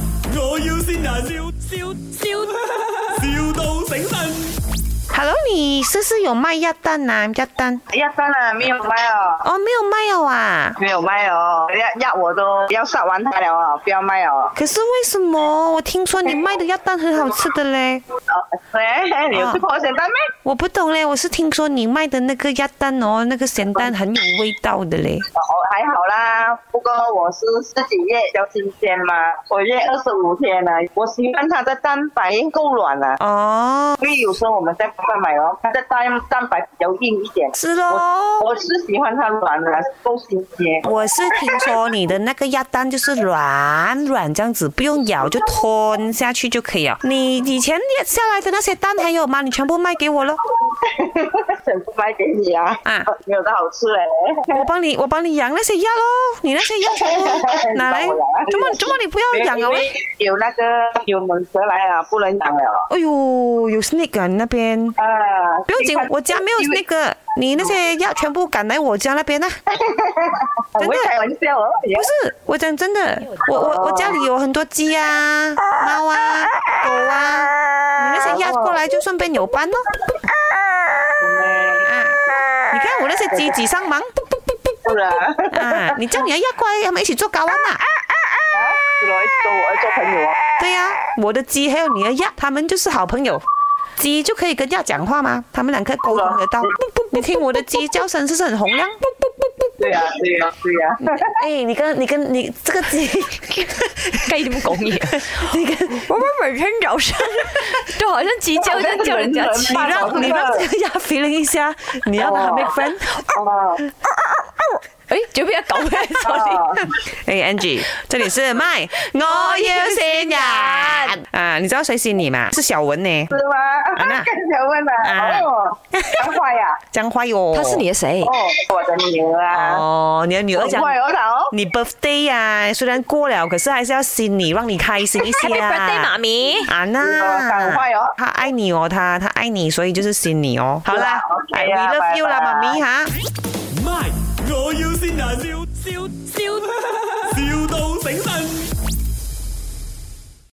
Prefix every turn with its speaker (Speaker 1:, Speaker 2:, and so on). Speaker 1: 要先人，笑笑笑，,笑到醒神。
Speaker 2: Hello，你是不是有卖鸭蛋啊？鸭蛋
Speaker 3: 要算了，没有卖哦，
Speaker 2: 哦，没有卖哦啊。
Speaker 3: 没有卖哦，要要我都要杀完它了哦，不要卖哦。
Speaker 2: 可是为什么我听说你卖的鸭蛋很好吃的嘞？
Speaker 3: 哦，喂，你有吃过咸蛋没？
Speaker 2: 我不懂嘞，我是听说你卖的那个鸭蛋哦，那个咸蛋很有味道的嘞。
Speaker 3: 哦，还好啦，不过我是十几月比较新鲜嘛，我约二十五天了，我喜欢它的蛋白够软了、
Speaker 2: 哦，
Speaker 3: 因为有时候我们在外买哦，它的蛋蛋白比较硬一点。
Speaker 2: 是喽。
Speaker 3: 我是喜欢它软的，够新鲜。
Speaker 2: 我是听说你的那个鸭蛋就是软软这样子，不用咬就吞下去就可以了。你以前腌下来的那些蛋还有吗？你全部卖给我了，
Speaker 3: 全部卖给你啊！
Speaker 2: 啊
Speaker 3: 没有的好吃哎嘞、
Speaker 2: 我帮你我帮你养那些鸭喽。你那些 鸭全部拿来，
Speaker 3: 你帮我养啊
Speaker 2: 怎么怎么你不要养
Speaker 3: 因
Speaker 2: 啊？
Speaker 3: 为有那个有猛蛇来了，不能养了。
Speaker 2: 哎呦，有 snake 啊，你那边。
Speaker 3: 啊，
Speaker 2: 不用紧，我家没有
Speaker 3: 因为
Speaker 2: 那个，你那些药全部赶来我家那边呢、真
Speaker 3: 我
Speaker 2: 的
Speaker 3: 会开玩笑哦，也
Speaker 2: 不是，我讲真的，我我我家里有很多鸡啊、猫啊、狗啊，你那些鸭过来就顺便有搬咯。
Speaker 3: Ờ,
Speaker 2: 啊，你看我那些鸡几上忙
Speaker 3: 不然，啊，我
Speaker 2: 啊，你叫你的鸭过来，他们一起做高温啊呐、
Speaker 3: 来做我来做朋友哦。
Speaker 2: 对呀、我的鸡还有你的鸭，他们就是好朋友。鸡就可以跟鸭讲话吗？他们两个沟通得到。你听我的鸡叫声是不是很洪亮？
Speaker 3: 对呀、对呀、对呀、
Speaker 2: 哎、你跟你跟你这个 鸡。
Speaker 4: 该怎么讲 嘢？我们每天早上 都好像即将在叫人家起
Speaker 2: 你
Speaker 3: 大早
Speaker 4: 让
Speaker 2: 让
Speaker 3: 上
Speaker 2: 你让这个鸭 feeling 一下，你要让他 make friend。
Speaker 3: 哦，
Speaker 4: 哎，做咩狗咩？sorry，
Speaker 3: 哦，
Speaker 2: 哎，Angie，这里是麦，我要新人啊！你知道谁是你吗？是小文呢，
Speaker 3: 是
Speaker 2: 娜
Speaker 3: 吗？更想问了，
Speaker 2: 啊
Speaker 3: 哦，讲话呀，
Speaker 2: 江花哟。
Speaker 4: 他是你的谁？
Speaker 3: 哦，我的女儿
Speaker 2: Ờ,
Speaker 3: 啊，
Speaker 2: 哦，你的女儿
Speaker 3: 很
Speaker 2: 讲
Speaker 3: 快哦，她哦，
Speaker 2: 你 birthday 呀，虽然过了，可是还是要新你，让你开心一下。
Speaker 4: Happy birthday，妈咪！
Speaker 2: 啊
Speaker 3: 哦赶
Speaker 2: 那
Speaker 3: 快哦，
Speaker 2: 他爱你哦，他他爱你，所以就是新你哦。好啦
Speaker 3: 是啊
Speaker 2: ，I
Speaker 3: ，OK 啊
Speaker 2: love you 啦，
Speaker 3: 拜
Speaker 2: 妈
Speaker 3: 拜
Speaker 2: 咪哈。
Speaker 1: My，我要先人，笑笑笑。